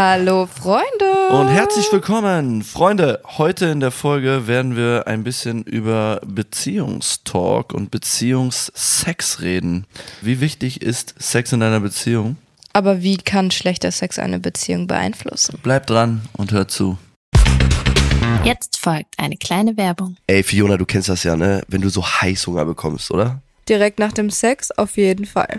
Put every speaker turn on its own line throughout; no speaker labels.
Hallo Freunde!
Und herzlich willkommen, Freunde. Heute in der Folge werden wir ein bisschen über Beziehungstalk und Beziehungssex reden. Wie wichtig ist Sex in einer Beziehung?
Aber wie kann schlechter Sex eine Beziehung beeinflussen?
Bleibt dran und hört zu.
Jetzt folgt eine kleine Werbung.
Ey, Fiona, du kennst das ja, ne? Wenn du so Heißhunger bekommst, oder?
Direkt nach dem Sex auf jeden Fall.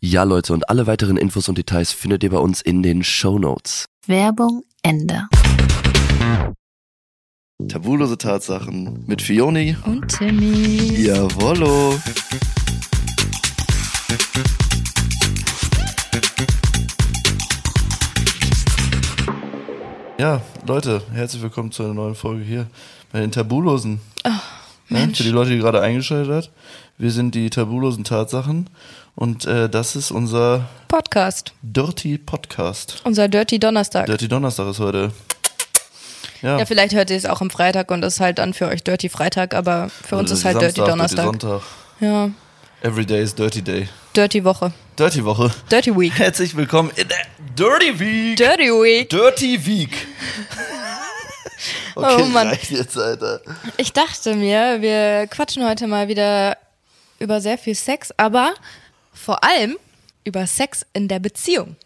Ja, Leute, und alle weiteren Infos und Details findet ihr bei uns in den Show Notes.
Werbung Ende.
Tabulose Tatsachen mit Fioni.
Und Timmy.
Jawollo. Ja, Leute, herzlich willkommen zu einer neuen Folge hier bei den Tabulosen.
Ah,
Ja, für die Leute, die gerade eingeschaltet hat. Wir sind die tabulosen Tatsachen und äh, das ist unser
Podcast.
Dirty Podcast.
Unser Dirty Donnerstag.
Dirty Donnerstag ist heute. Ja,
ja, vielleicht hört ihr es auch am Freitag und ist halt dann für euch Dirty Freitag, aber
Also
für uns ist halt Dirty
Dirty
Donnerstag.
Sonntag.
ja,
Every day is Dirty Day.
Dirty Woche.
Dirty Woche.
Dirty Week.
Herzlich willkommen in der Dirty Week.
Dirty Week.
Dirty Week. okay,
Oh Mann.
reicht jetzt, Alter.
Ich dachte mir, wir quatschen heute mal wieder über sehr viel Sex, aber vor allem über Sex in der Beziehung.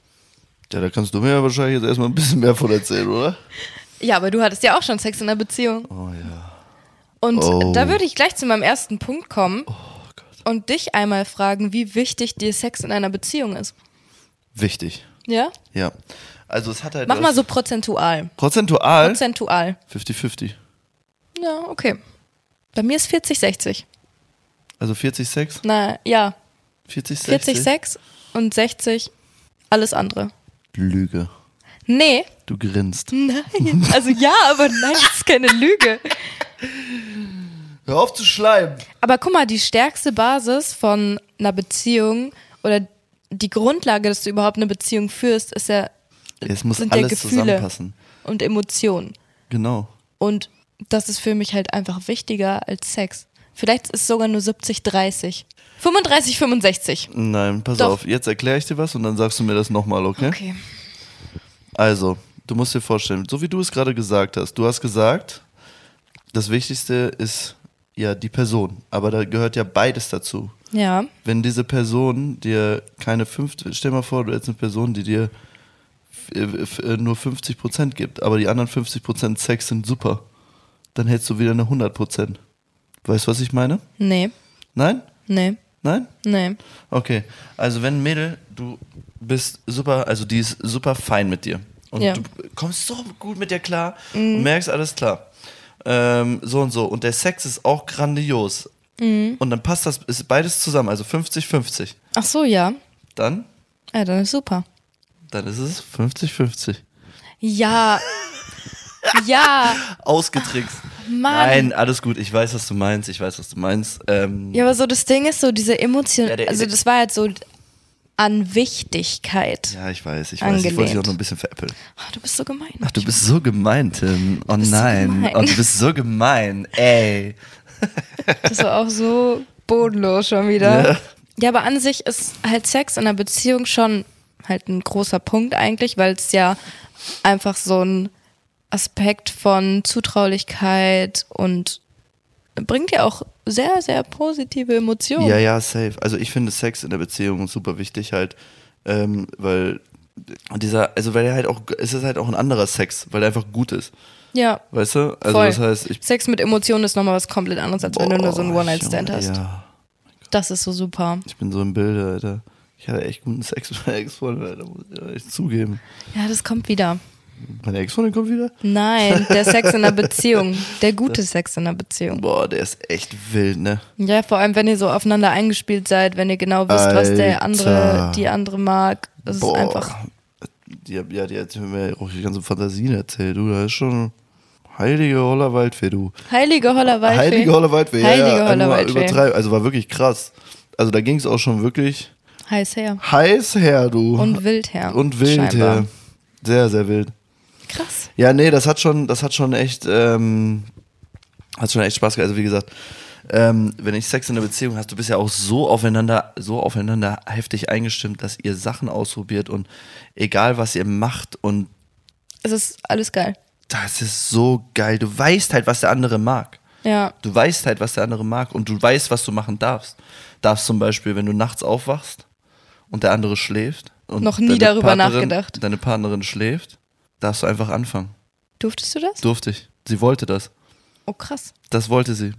Ja, da kannst du mir ja wahrscheinlich jetzt erstmal ein bisschen mehr von erzählen, oder?
Ja, aber du hattest ja auch schon Sex in der Beziehung.
Oh ja.
Und
Oh.
da würde ich gleich zu meinem ersten Punkt kommen
Oh Gott.
und dich einmal fragen, wie wichtig dir Sex in einer Beziehung ist.
Wichtig.
Ja?
Ja. Also es hat halt.
Mach
was-
mal so prozentual.
Prozentual.
Prozentual.
50-50.
Ja, okay. Bei mir ist 40, 60.
Also 40 Sex.
Na, ja.
40 Sex.
40, 6 und 60 alles andere.
Lüge.
Nee,
Du grinst.
nein. Also ja, aber nein, das ist keine Lüge.
Hör auf zu schleimen.
Aber guck mal, die stärkste Basis von einer Beziehung oder die Grundlage, dass du überhaupt eine Beziehung führst, ist ja
Es muss
sind ja
alles
Gefühle
zusammenpassen.
und Emotionen.
Genau.
Und das ist für mich halt einfach wichtiger als Sex. Vielleicht ist es sogar nur 70, 30. 35, 65.
Nein, pass
Doch.
auf. Jetzt erkläre ich dir was und dann sagst du mir das nochmal, okay?
Okay.
Also, du musst dir vorstellen, so wie du es gerade gesagt hast, du hast gesagt, das Wichtigste ist ja die Person. Aber da gehört ja beides dazu.
Ja.
wenn diese Person dir keine fünf, stell mal vor, du hättest eine Person, die dir äh, f- f- nur 50% gibt, aber die anderen 50% Sex sind super, dann hättest du wieder eine 100%. Weißt du, was ich meine?
Nee.
Nein?
Nee.
Nein?
Nee.
Okay, also wenn ein Mädel, du bist super, also die ist super fein mit dir. Und
Ja.
du kommst so gut mit dir klar und merkst alles klar. Ähm, so und so. Und der Sex ist auch grandios. Und dann passt das, ist beides zusammen, also 50-50.
Ach so, ja.
Dann
Ja, dann ist super.
Dann ist es 50-50.
Ja, Ja,
Ausgetrickst.
Ah, Mann.
Nein, alles gut. Ich weiß, was du meinst. Ich weiß, was du meinst. Ähm,
Ja, aber so das Ding ist so diese Emotion,
Ja, der-
also
der-
das war halt so an Wichtigkeit.
ja, ich weiß. Ich weiß. Ich wollte dich
Angelehnt.
auch noch ein bisschen veräppeln.
Ah, du bist so gemein.
Ach, du bist so gemein, Tim. Oh
bist so
nein.
gemein.
oh, du bist so gemein. Ey.
Das war auch so bodenlos schon wieder. Ja. aber an sich ist halt Sex in einer Beziehung schon halt ein großer Punkt eigentlich, weil es ja einfach so ein Aspekt von Zutraulichkeit und bringt ja auch sehr, sehr positive Emotionen.
Ja, ja, safe. Also ich finde Sex in der Beziehung super wichtig halt, ähm, weil dieser, also weil er halt auch, es ist halt auch ein anderer Sex, weil er einfach gut ist,
Ja,
weißt du? Also
voll.
das heißt, ich
Sex mit Emotionen ist nochmal was komplett anderes, als wenn du nur so einen
Boah,
One-Night-Stand
Junge,
hast.
Ja,
Das ist so super.
ich bin so im Bilde, Alter. Ich hatte echt guten Sex mit meiner Ex-Freundin, Alter, muss ich echt zugeben.
Ja, das kommt wieder.
Meine Ex-Freundin kommt wieder?
Nein, der Sex in der Beziehung. Der gute Sex in der Beziehung.
Boah, der ist echt wild, ne?
Ja, vor allem, wenn ihr so aufeinander eingespielt seid, wenn ihr genau wisst, was der andere,
Alter.
die andere mag. Das
Boah.
ist einfach.
Die, hat- ja, die hat mir auch die ganzen Fantasien erzählt, du, da ist schon heilige Holler Waldfee, du.
Heilige Holler Waldfee.
Heilige Holler Waldfee, ja,
Heilige
ja,
Holler
einmal
Waldfee.
übertreiben. Also war wirklich krass. Also da ging es auch schon wirklich
Heiß her.
heiß her, du.
Und wild her.
Oh, Und wild
scheinbar.
her. Sehr, sehr wild.
Krass.
Ja, nee, das hat schon, das hat schon echt, ähm, hat schon echt Spaß gemacht. Also wie gesagt, ähm, wenn ich Sex in einer Beziehung hast, du bist ja auch so aufeinander, so aufeinander heftig eingestimmt, dass ihr Sachen ausprobiert und egal was ihr macht und
Es ist alles geil.
das ist so geil. Du weißt halt, was der andere mag.
Ja.
Du weißt halt, was der andere mag und du weißt, was du machen darfst. Darfst zum Beispiel, wenn du nachts aufwachst und der andere schläft und
Noch nie
deine
darüber
Partnerin,
nachgedacht.
Deine Partnerin schläft, darfst du einfach anfangen.
Durftest du das?
Durfte ich. Sie wollte das.
Oh, krass.
Das wollte sie. hat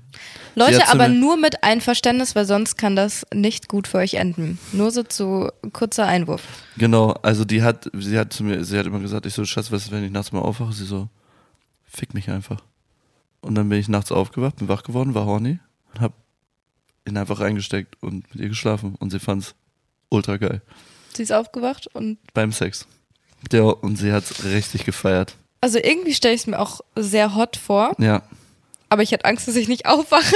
Leute,
so
aber
eine-
nur mit Einverständnis, weil sonst kann das nicht gut für euch enden. Nur so zu kurzer Einwurf.
Genau, also die hat, sie hat zu mir, sie hat immer gesagt, ich so, Schatz, was, ist, wenn ich nachts mal aufwache? Sie so, fick mich einfach. Und dann bin ich nachts aufgewacht, bin wach geworden, war horny und hab ihn einfach reingesteckt und mit ihr geschlafen und sie fand's ultra geil.
Sie ist aufgewacht und.
Beim Sex. Ja, und sie hat's richtig gefeiert.
Also irgendwie stelle ich es mir auch sehr hot vor,
Ja.
aber ich hatte Angst, dass ich nicht aufwache.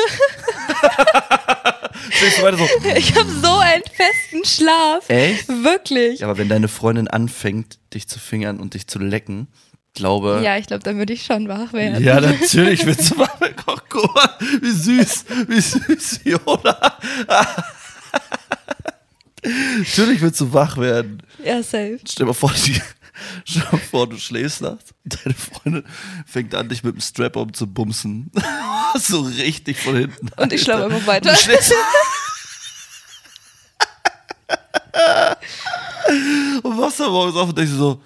Stehst du weiter so.
Ich habe so einen festen Schlaf.
Echt?
Wirklich.
Ja, aber wenn deine Freundin anfängt, dich zu fingern und dich zu lecken, glaube.
Ja, ich glaube, dann würde ich schon wach werden.
Ja, natürlich wird's wach. Oh, guck mal, wie süß, wie süß, Jona. natürlich willst du wach werden.
Ja, safe.
Stell dir mal vor, die, stell dir mal vor du schläfst nachts. und Deine Freundin fängt an, dich mit dem Strap-on zu bumsen. so richtig von hinten.
Und ich schlafe einfach
Du
weiter.
schläfst. und wachst dann morgens auf und denkst dir so,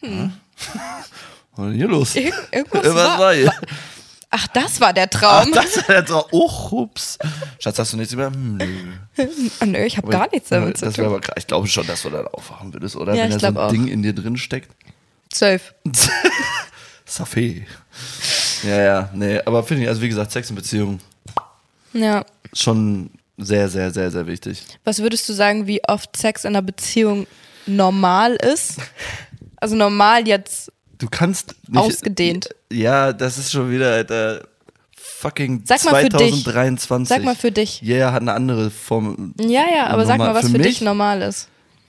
hm. was ist denn hier los?
Ir irgendwas
Was
war.
war hier?
Ach, das war der
Ach,
Traum.
das ist der Traum. Oh, ups. Schatz, hast du nichts mehr? Hm, Nö.
Ah, nö, ich habe gar nichts damit zu
das wär
tun.
aber, krass. Ich glaube schon, dass du dann aufwachen würdest, oder?
Ja,
Wenn
ich
da so
glaub
ein
auch.
Ding in dir drin steckt.
Zwölf.
Safi. Ja, ja, nee. Aber finde ich, also wie gesagt, Sex in Beziehung
Ja.
schon sehr, sehr, sehr, sehr wichtig.
Was würdest du sagen, wie oft Sex in einer Beziehung normal ist? Also normal jetzt.
Du kannst nicht.
Ausgedehnt.
Ja, das ist schon wieder, Alter. Fucking
Sag mal für dich.
2023.
Sag mal für dich.
Ja, yeah, hat eine andere Form.
Ja, ja, aber sag
Normal-
mal, was
für
für,
mich?
dich normal ist.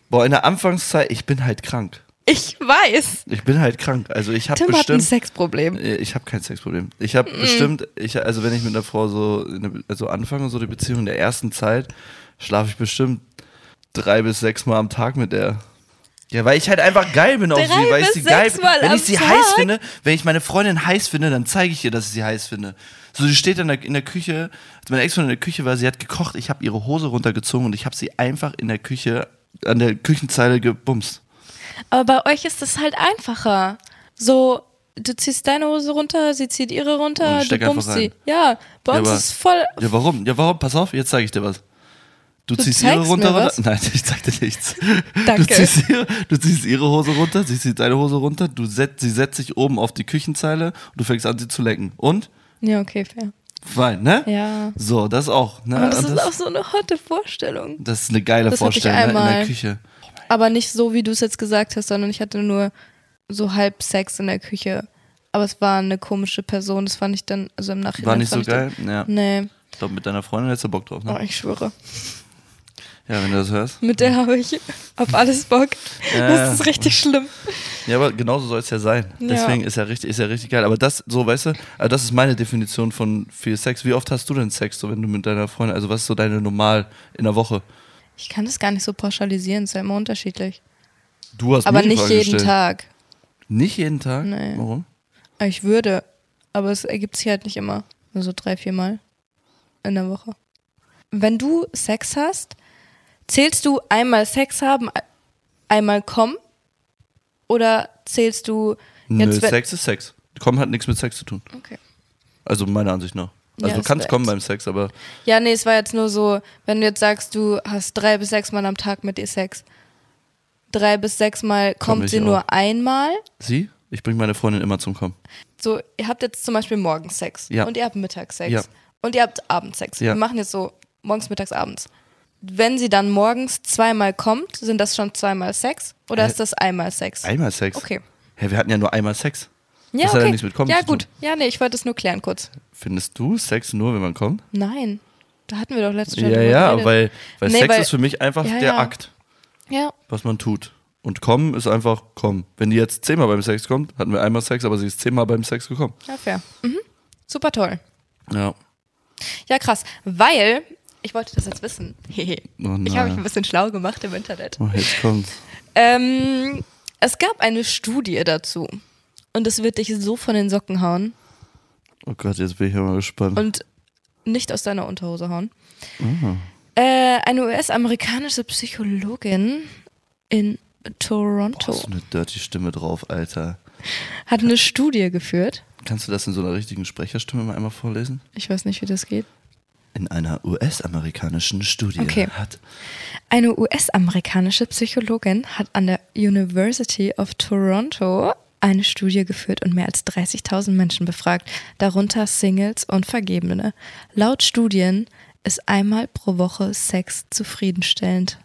Boah, in der Anfangszeit, ich bin halt krank.
Ich weiß.
Ich bin halt krank. Also ich habe
Tim hat ein
bestimmt.
Sexproblem.
Äh, Ich habe kein Sexproblem. Ich
Mm.
habe bestimmt, ich, also wenn ich mit einer Frau so, in eine, also anfange, so die Beziehung in der ersten Zeit, schlafe ich bestimmt drei bis sechs Mal am Tag mit der. Ja, weil ich halt einfach geil bin auf
Drei
sie, weil ich
bis
sie geil
sechs Mal
Wenn
am
ich sie
Tag?
heiß finde, wenn ich meine Freundin heiß finde, dann zeige ich ihr, dass ich sie heiß finde. So, sie steht in der, in der Küche, als meine Ex-Freundin in der Küche war, sie hat gekocht, ich habe ihre Hose runtergezogen und ich habe sie einfach in der Küche, an der Küchenzeile gebumst.
Aber bei euch ist das halt einfacher. So, du ziehst deine Hose runter, sie zieht ihre
Und
runter,
ich
du
steck einfach
bummst
rein.
sie. Ja, bei
Ja,
uns
aber-
ist voll.
Ja, warum? Ja, warum? Pass auf, jetzt zeige ich dir was. Du, ziehst ihre
zeigst
runter,
mir
runter.
was?
Nein, ich zeig dir nichts.
Danke.
Du ziehst, ihre, du ziehst ihre Hose runter, sie zieht deine Hose runter, du setzt, sie setzt sich oben auf die Küchenzeile und du fängst an, sie zu lecken. Und?
Ja, okay, fair.
Fein, ne?
Ja.
So, das auch. Ne?
Aber das
Und
ist auch so eine hotte Vorstellung.
das ist eine geile
Das hatte ich
Vorstellung ne? in der
einmal.
Küche.
Aber nicht so, wie du es jetzt gesagt hast, sondern ich hatte nur so halb Sex in der Küche. aber es war eine komische Person. Das fand ich dann, also im Nachhinein.
War nicht so
fand ich
geil? Ja.
Dann, nee,
Ich glaube, mit deiner Freundin hättest du Bock drauf,
Hm. oh,
ne?
ich schwöre.
Ja, wenn du das hörst.
Mit der habe ich auf alles Bock.
Ja, ja.
Das ist richtig schlimm.
Ja, aber genauso soll es ja sein.
Ja.
Deswegen ist ja richtig, ist ja richtig geil. Aber das, so weißt du, also das ist meine Definition von viel Sex. Wie oft hast du denn Sex, so wenn du mit deiner Freundin, also was ist so deine Normal in der Woche?
Ich kann das gar nicht so pauschalisieren, es ist ja immer unterschiedlich.
Du hast
Aber
mir die
nicht
Frage
jeden
gestellt.
Tag.
Nicht jeden Tag?
Nee.
Warum?
Aber Ich würde, aber es ergibt sich halt nicht immer. Nur so drei, vier Mal in der Woche. Wenn du Sex hast, zählst du einmal Sex haben, einmal kommen? Oder zählst du
Nö,
jetzt wenn-
Sex ist Sex. Kommen hat nichts mit Sex zu tun.
Okay.
Also meiner Ansicht nach. Also
Ja,
du
ist
kannst
Sex.
kommen beim Sex, aber
Ja, nee, es war jetzt nur so, wenn du jetzt sagst, du hast drei bis sechs Mal am Tag mit ihr Sex. Drei bis sechs Mal
Komm
kommt
ich
sie
auch.
nur einmal.
sie, ich bringe meine Freundin immer zum Kommen.
So, ihr habt jetzt zum Beispiel morgens Sex
Ja.
und ihr habt mittags Sex
Ja.
und ihr habt abends Sex.
Ja.
Wir machen jetzt so morgens, mittags, abends. Wenn sie dann morgens zweimal kommt, sind das schon zweimal Sex oder
Äh,
ist das einmal Sex?
Einmal Sex?
Okay.
Hä, wir hatten ja nur einmal Sex.
Ja,
das
okay.
hat ja nichts mit Kommen
ja,
zu tun.
gut. Ja, nee, ich wollte es nur klären kurz.
Findest du Sex nur, wenn man kommt?
Nein. Da hatten wir doch letztes Mal
Ja,
drüber
ja,
geredet.
weil, weil
Nee,
Sex
weil-
ist für mich einfach
Ja,
der
ja.
Akt,
Ja,
was man tut. Und kommen ist einfach kommen. Wenn die jetzt zehnmal beim Sex kommt, hatten wir einmal Sex, aber sie ist zehnmal beim Sex gekommen.
ja, fair. Mhm. Super toll.
Ja.
Ja, krass. Weil, ich wollte das jetzt wissen. Hehe. ich habe
Oh nein.
mich ein bisschen schlau gemacht im Internet.
Oh, jetzt kommt's.
Ähm, es gab eine Studie dazu. Und es wird dich so von den Socken hauen
Oh Gott, jetzt bin ich ja mal gespannt.
und nicht aus deiner Unterhose hauen. Äh, eine US-amerikanische Psychologin in Toronto
Hast du eine dirty Stimme drauf, Alter.
hat eine Studie geführt.
Kannst du das in so einer richtigen Sprecherstimme mal einmal vorlesen?
Ich weiß nicht, wie das geht.
In einer US-amerikanischen Studie
Okay.
hat.
Eine US-amerikanische Psychologin hat an der University of Toronto eine Studie geführt und mehr als 30.000 Menschen befragt, darunter Singles und Vergebene. Laut Studien ist einmal pro Woche Sex zufriedenstellend.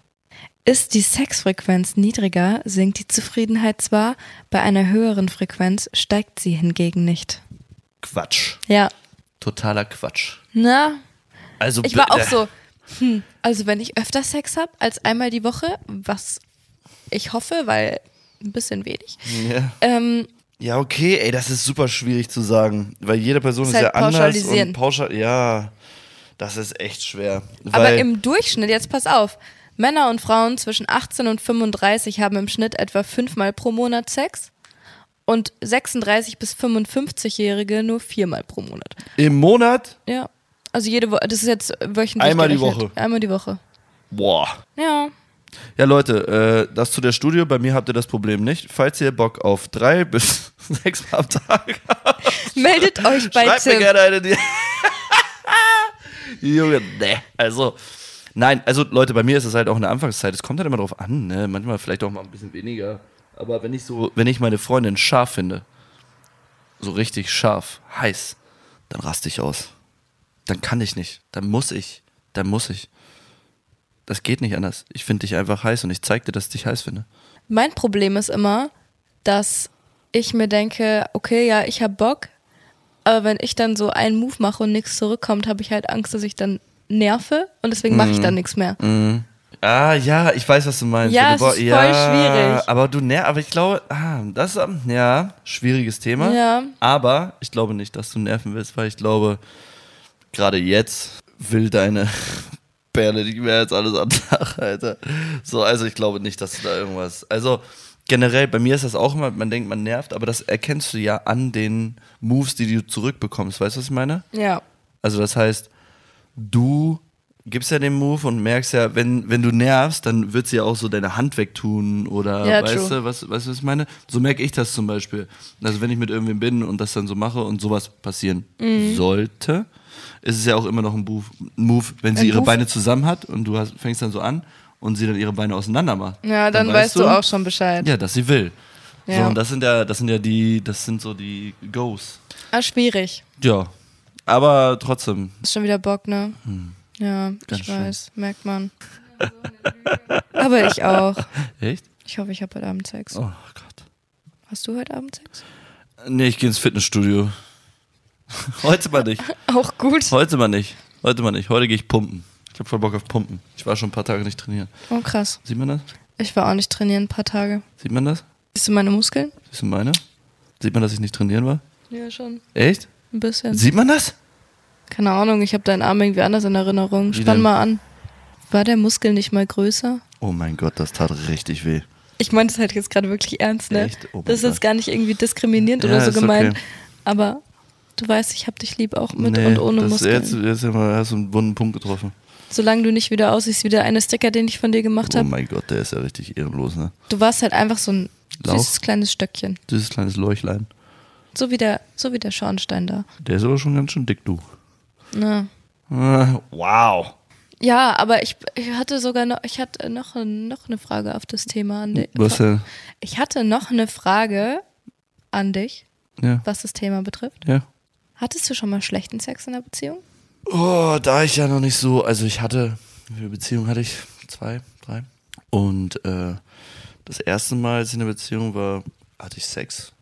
Ist die Sexfrequenz niedriger, sinkt die Zufriedenheit zwar, bei einer höheren Frequenz steigt sie hingegen nicht.
Quatsch.
Ja,
Totaler Quatsch.
na,
Also
ich war
bi-
auch so, hm, also wenn ich öfter Sex habe als einmal die Woche, was ich hoffe, weil ein bisschen wenig,
Ja.
ähm,
ja, okay, ey, das ist super schwierig zu sagen, weil jede Person ist,
Ist halt
ja anders und
pauschalisieren.
pauschal. Ja, das ist echt schwer.
aber
weil,
im Durchschnitt, jetzt pass auf, Männer und Frauen zwischen 18 und 35 haben im Schnitt etwa fünfmal pro Monat Sex und 36 bis 55-Jährige nur viermal pro Monat.
im Monat,
Ja, also jede Woche, das ist jetzt wöchentlich.
Einmal die
gerechnet.
Woche.
Einmal die Woche.
boah.
Ja,
Ja, Leute, äh, das zu der Studie. Bei mir habt ihr das Problem nicht. Falls ihr Bock auf drei bis sechs Mal am Tag habt,
meldet euch bei
schreibt mir
Tim.
gerne eine. Die Junge, ne. Also, nein, also Leute, bei mir ist es halt auch eine Anfangszeit. Es kommt halt immer drauf an, ne? Manchmal vielleicht auch mal ein bisschen weniger. Aber wenn ich so, wenn ich meine Freundin scharf finde, so richtig scharf, heiß, dann raste ich aus. Dann kann ich nicht. Dann muss ich. Dann muss ich. Das geht nicht anders. Ich finde dich einfach heiß und ich zeig dir, dass ich dich heiß finde.
Mein Problem ist immer, dass ich mir denke, okay, ja, ich hab Bock, aber wenn ich dann so einen Move mache und nichts zurückkommt, habe ich halt Angst, dass ich dann nerve und deswegen mache ich dann nichts mehr.
Ah, ja, ich weiß, was du meinst.
Ja,
Wenn
es
du bo-
ist voll schwierig.
Aber du, ne, aber ich glaube, ah, das ist, am- ja, schwieriges Thema.
Ja.
Aber ich glaube nicht, dass du nerven willst, weil ich glaube, gerade jetzt will deine Perle nicht mehr als alles andere, Alter. So, also ich glaube nicht, dass du da irgendwas, also generell, bei mir ist das auch immer, man denkt, man nervt, aber das erkennst du ja an den Moves, die du zurückbekommst. Weißt du, was ich meine?
Ja.
Also das heißt, du gibst ja den Move und merkst ja, wenn, wenn du nervst, dann wird sie ja auch so deine Hand wegtun oder
Ja,
weißt
true.
du, was, weißt du, was ich meine? So merke ich das zum Beispiel. Also wenn ich mit irgendwem bin und das dann so mache und sowas passieren
Mhm.
sollte, ist es ja auch immer noch ein Move, Move wenn sie
Ein
ihre
Move?
Beine zusammen hat und du hast, fängst dann so an und sie dann ihre Beine auseinander macht.
Ja, dann, weißt du, auch schon Bescheid.
Ja, dass sie will. So,
Ja.
und das sind ja, das sind ja die, das sind so die Goes.
Ah, schwierig.
Ja. Aber trotzdem,
Ist schon wieder Bock, ne? Ja,
Ganz
ich
schön.
weiß, merkt man. aber ich auch.
echt?
Ich hoffe, ich habe heute Abend Sex.
Oh Gott.
Hast du heute Abend Sex?
Nee, ich gehe ins Fitnessstudio. Heute mal nicht.
Auch gut.
Heute mal nicht. Heute mal nicht. Heute gehe ich pumpen. Ich habe voll Bock auf Pumpen. Ich war schon ein paar Tage nicht trainieren.
Oh, krass.
Sieht man das?
Ich war auch nicht trainieren ein paar Tage.
Sieht man das?
Siehst du meine Muskeln?
Siehst du meine? Sieht man, dass ich nicht trainieren war?
Ja, schon.
Echt?
Ein bisschen.
Sieht man das?
Keine Ahnung, ich habe deinen Arm irgendwie anders in Erinnerung.
Wie
Spann
denn?
mal an. War der Muskel nicht mal größer?
Oh mein Gott, das tat richtig weh.
Ich meine das halt jetzt gerade wirklich ernst, ne?
Echt? Oh mein
das ist jetzt
Gott.
gar nicht irgendwie diskriminierend
Ja,
oder so
ist
gemeint.
okay.
Aber du weißt, ich hab dich lieb auch mit und ohne
das
Muskeln.
Jetzt, jetzt haben wir- hast du einen wunden Punkt getroffen.
Solange du nicht wieder aussiehst wie der eine Sticker, den ich von dir gemacht
Oh
habe.
mein Gott, der ist ja richtig ehrenlos, ne?
Du warst halt einfach so ein
Lauch.
süßes kleines Stöckchen.
Dieses kleines Leuchlein.
So wie der, so wie der Schornstein da.
Der ist aber schon ganz schön dick, du.
Ja.
Ah, Wow.
Ja, aber ich, ich hatte sogar noch, ich hatte noch, noch eine Frage auf das Thema an dich.
Hm, Was denn?
Ich hatte noch eine Frage an dich,
Ja,
was das Thema betrifft.
ja.
Hattest du schon mal schlechten Sex in der Beziehung?
Oh, da ich ja noch nicht so, also ich hatte, wie viele Beziehungen hatte ich? Zwei, drei. Und äh, das erste Mal, als ich in einer Beziehung war, hatte ich Sex.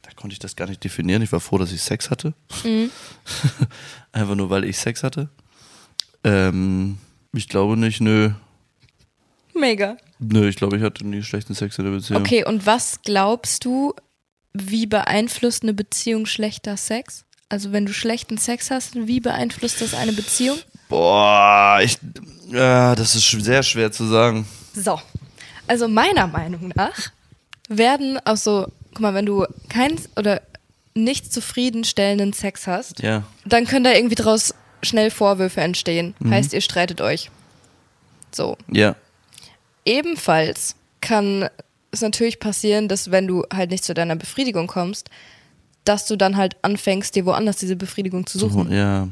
Da konnte ich das gar nicht definieren. Ich war froh, dass ich Sex hatte.
Mhm.
Einfach nur, weil ich Sex hatte. Ähm, ich glaube nicht, nö.
Mega.
Nö, ich glaube, ich hatte nie schlechten Sex in der Beziehung.
Okay, und was glaubst du, wie beeinflusst eine Beziehung schlechter Sex? Also wenn du schlechten Sex hast, wie beeinflusst das eine Beziehung?
Boah, ich, ja, das ist sch- sehr schwer zu sagen.
So. Also meiner Meinung nach werden auch so, guck mal, wenn du keinen oder nicht zufriedenstellenden Sex hast,
Ja.
dann können da irgendwie draus schnell Vorwürfe entstehen. Heißt, ihr streitet euch. So.
Ja.
Ebenfalls kann es natürlich passieren, dass wenn du halt nicht zu deiner Befriedigung kommst, dass du dann halt anfängst, dir woanders diese Befriedigung zu suchen.
Ja,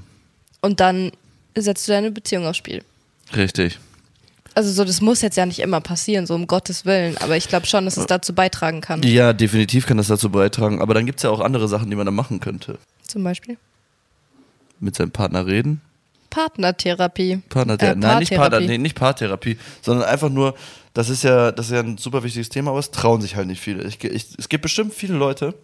Und dann setzt du deine Beziehung aufs Spiel.
richtig.
Also so, das muss jetzt ja nicht immer passieren, so um Gottes Willen. Aber ich glaube schon, dass es dazu beitragen kann.
Ja, definitiv kann das dazu beitragen. Aber dann gibt es ja auch andere Sachen, die man da machen könnte.
Zum Beispiel
Mit seinem Partner reden.
Partnertherapie.
Partnerther
Äh,
Nein, nicht Partner,
Paartherapie.
nee, nicht Paartherapie, sondern einfach nur, das ist ja, das ist ja ein super wichtiges Thema, aber es trauen sich halt nicht viele. Ich, ge- ich, es gibt bestimmt viele Leute,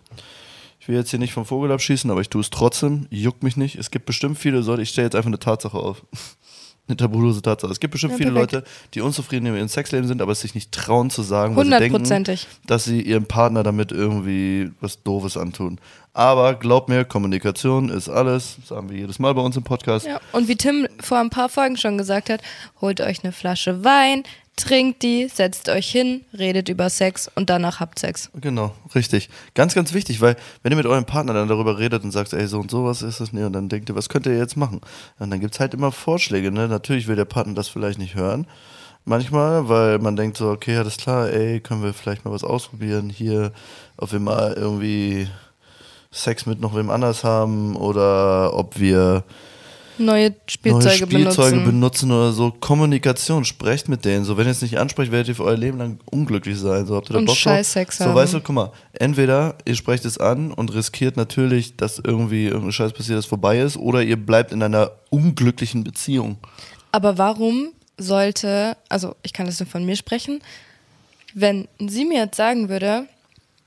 ich will jetzt hier nicht vom Vogel abschießen, aber ich tue es trotzdem, juckt mich nicht. Es gibt bestimmt viele Leute, ich stelle jetzt einfach eine Tatsache auf. eine tabulose Tatsache. Es gibt bestimmt
Ja,
viele
perfekt.
Leute, die unzufrieden mit ihrem Sexleben sind, aber es sich nicht trauen zu sagen, weil sie denken,
Hundertprozentig.
dass sie ihrem Partner damit irgendwie was Doofes antun. Aber glaub mir, Kommunikation ist alles, das sagen wir jedes Mal bei uns im Podcast.
Ja, und wie Tim vor ein paar Folgen schon gesagt hat, holt euch eine Flasche Wein, trinkt die, setzt euch hin, redet über Sex und danach habt Sex.
Genau, richtig. Ganz, ganz wichtig, weil wenn ihr mit eurem Partner dann darüber redet und sagt, ey, so und so, was ist das? Nee, und dann denkt ihr, was könnt ihr jetzt machen? Und dann gibt es halt immer Vorschläge, ne? Natürlich will der Partner das vielleicht nicht hören. Manchmal, weil man denkt so, okay, alles klar, ey, können wir vielleicht mal was ausprobieren hier, ob wir mal irgendwie Sex mit noch wem anders haben oder ob wir
Neue Spielzeuge,
neue Spielzeuge benutzen.
benutzen.
oder so. Kommunikation, sprecht mit denen. So, wenn ihr es nicht ansprecht, werdet ihr für euer Leben lang unglücklich sein. So, habt ihr da
Und
Bock drauf?
scheiß Sex
So,
haben.
weißt du, guck mal, entweder ihr sprecht es an und riskiert natürlich, dass irgendwie irgendein Scheiß passiert, das vorbei ist, oder ihr bleibt in einer unglücklichen Beziehung.
Aber warum sollte, also ich kann das nur von mir sprechen, wenn sie mir jetzt sagen würde,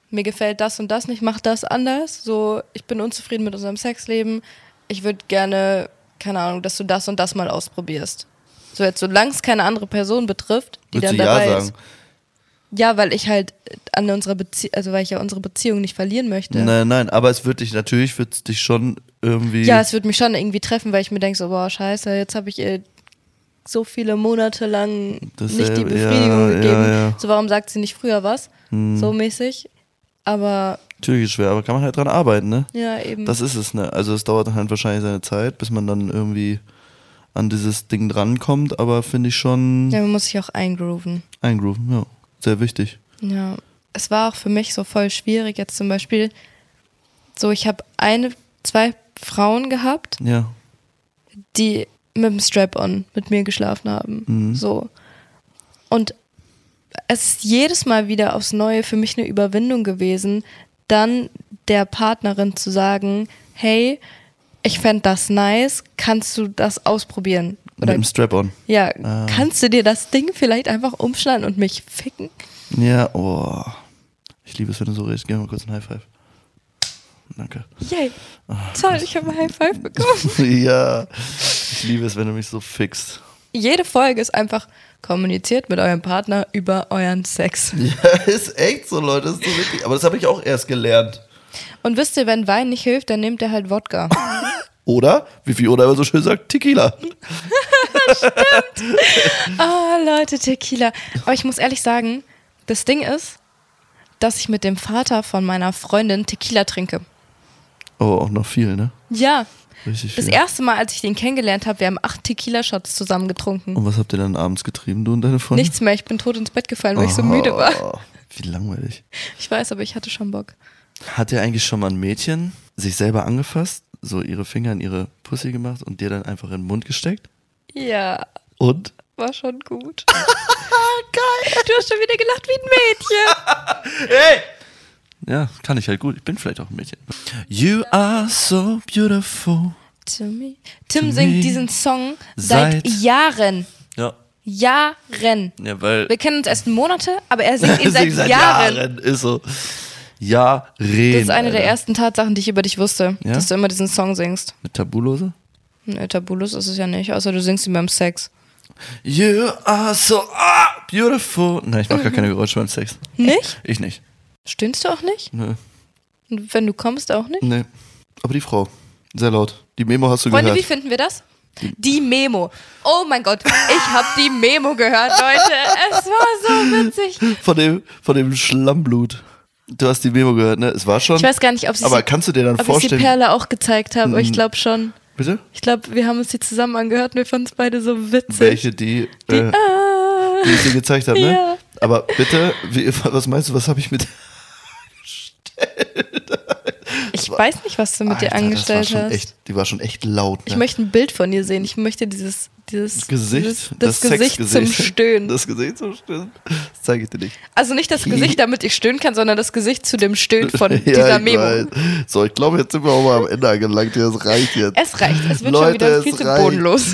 mir gefällt das und das nicht, mach das anders, so ich bin unzufrieden mit unserem Sexleben, ich würde gerne, keine Ahnung, dass du das und das mal ausprobierst. So jetzt, solange es keine andere Person betrifft, die
Würdest
dann
du Ja
dabei
sagen?
ist. Ja, weil ich halt an unserer Beziehung, also weil ich ja unsere Beziehung nicht verlieren möchte.
Nein, nein, aber es wird dich, natürlich wird es dich schon irgendwie.
Ja, es würde mich schon irgendwie treffen, weil ich mir denke, so, boah, scheiße, jetzt habe ich ihr so viele Monate lang
Das
nicht die
selbe, ja,
Befriedigung
ja,
gegeben.
ja. Hm.
So, warum sagt sie nicht früher was? So mäßig. Aber
natürlich ist schwer, aber kann man halt dran arbeiten, ne?
ja, eben.
Das ist es, ne? Also es dauert dann halt wahrscheinlich seine Zeit, bis man dann irgendwie an dieses Ding drankommt, aber finde ich schon.
ja, man muss sich auch eingrooven.
Eingrooven, ja. Sehr wichtig.
Ja. Es war auch für mich so voll schwierig, jetzt zum Beispiel, so, ich habe eine, zwei Frauen gehabt,
Ja.
die mit dem Strap-on mit mir geschlafen haben.
Mhm.
So. Und es ist jedes Mal wieder aufs Neue für mich eine Überwindung gewesen, dann der Partnerin zu sagen, hey, ich fänd das nice, kannst du das ausprobieren?
Mit
Oder
dem Strap-on.
ja,
Ah.
kannst du dir das Ding vielleicht einfach umschneiden und mich ficken?
Ja, oh. Ich liebe es, wenn du so redest. Gib mir mal kurz ein High Five. danke.
Yay. Toll, ich habe ein High Five bekommen.
ja, ich liebe es, wenn du mich so fixst.
Jede Folge ist einfach kommuniziert mit eurem Partner über euren Sex.
Ja, ist echt so, Leute, ist so wichtig. Aber das habe ich auch erst gelernt.
Und wisst ihr, wenn Wein nicht hilft, dann nehmt ihr halt Wodka.
Oder, wie Fiona immer so schön sagt, Tequila.
Oh, Leute, Tequila. Aber ich muss ehrlich sagen, das Ding ist, dass ich mit dem Vater von meiner Freundin Tequila trinke.
Oh, auch noch viel, ne?
Ja.
Richtig
Das
viel.
erste Mal, als ich den kennengelernt habe, wir haben acht Tequila-Shots zusammen getrunken.
Und was habt ihr dann abends getrieben, du und deine Freundin?
Nichts mehr, ich bin tot ins Bett gefallen, weil ich so müde war.
Oh, Wie langweilig.
Ich weiß, aber ich hatte schon Bock.
Hat ihr eigentlich schon mal ein Mädchen sich selber angefasst, so ihre Finger in ihre Pussy gemacht und dir dann einfach in den Mund gesteckt?
Ja,
Und?
war schon gut. Geil. Du hast schon wieder gelacht wie ein Mädchen.
Ja, kann ich halt gut. Ich bin vielleicht auch ein Mädchen. You are so beautiful.
To me. Tim
To
singt
me.
diesen Song seit
Seit-
Jahren.
Ja.
Jahren.
Ja, weil.
Wir kennen uns erst Monate, aber er singt ihn seit,
Seit
Jahren.
Ist so. Jahren.
Das ist eine der
Alter.
ersten Tatsachen, die ich über dich wusste,
Ja?
dass du immer diesen Song singst.
Mit Tabulose?
Nö, Tabulus ist es ja nicht, außer du singst ihn beim Sex.
You are so ah, beautiful. Nein, ich mache gar
Mhm.
keine Geräusche beim Sex.
Nicht?
Ich nicht.
Stöhnst du auch nicht?
Nö.
Und wenn du kommst, auch nicht?
Nee. Aber die Frau. Sehr laut. Die Memo hast du
Freunde, wie
gehört.
finden wir das? Die Memo. Oh mein Gott, ich habe die Memo gehört, Leute. Es war so witzig.
Von dem, von dem Schlammblut. Du hast die Memo gehört, ne? Es war schon.
Ich weiß gar nicht, ob sie
Aber kannst du dir dann
ob ich die
vorstellen- Hm.
Perle auch gezeigt habe. aber Ich glaube schon.
Bitte?
Ich glaube, wir haben uns die zusammen angehört und wir fanden es beide so witzig.
Welche, die,
Die,
äh,
ah.
die ich dir gezeigt habe, ne?
Ja.
Aber bitte, wie, was meinst du, was habe ich mit.
Ich weiß nicht, was du mit dir
Alter,
angestellt
das war schon
hast.
Echt, die war schon echt laut. Ne?
Ich möchte ein Bild von dir sehen. Ich möchte dieses, dieses
Gesicht,
dieses, das, Gesicht zum
Sexgesicht.
Stöhnen.
Das Gesicht zum Stöhnen. Das zeige ich dir nicht.
also nicht das Gesicht, damit ich stöhnen kann, sondern das Gesicht zu dem Stöhnen von
Ja,
dieser
ich
Memo.
weiß. So, ich glaube, jetzt sind wir auch mal am Ende angelangt. hier. Das reicht jetzt.
Es reicht. Es wird schon
Leute,
wieder
es
viel zu
reicht.
bodenlos.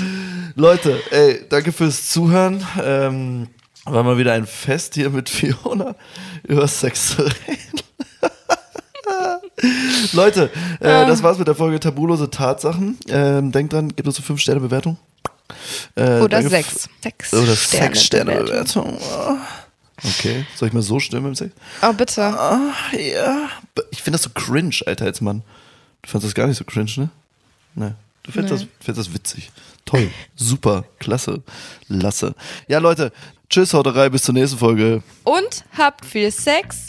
Leute, ey, danke fürs Zuhören. Ähm, war mal wieder ein Fest hier mit Fiona über Sex zu reden. Leute, äh,
Ähm.
das war's mit der Folge Tabulose Tatsachen. Ähm, denkt dran, gebt uns eine 5-Sterne-Bewertung. Äh,
Oder
danke
sechs. Sechs
f- Oder
Sterne
6-Sterne-Bewertung. Okay, soll ich mal so stimmen im Sex?
Oh, bitte.
Ah, ja. Ich finde das so cringe, Alter, als Mann. Du fandst das gar nicht so cringe, ne? Ne. Du findest,
Nee.
das, findest das witzig. Toll. Super. Klasse. Lasse. Ja, Leute. Tschüss, Hauterei. Bis zur nächsten Folge.
Und habt viel Sex,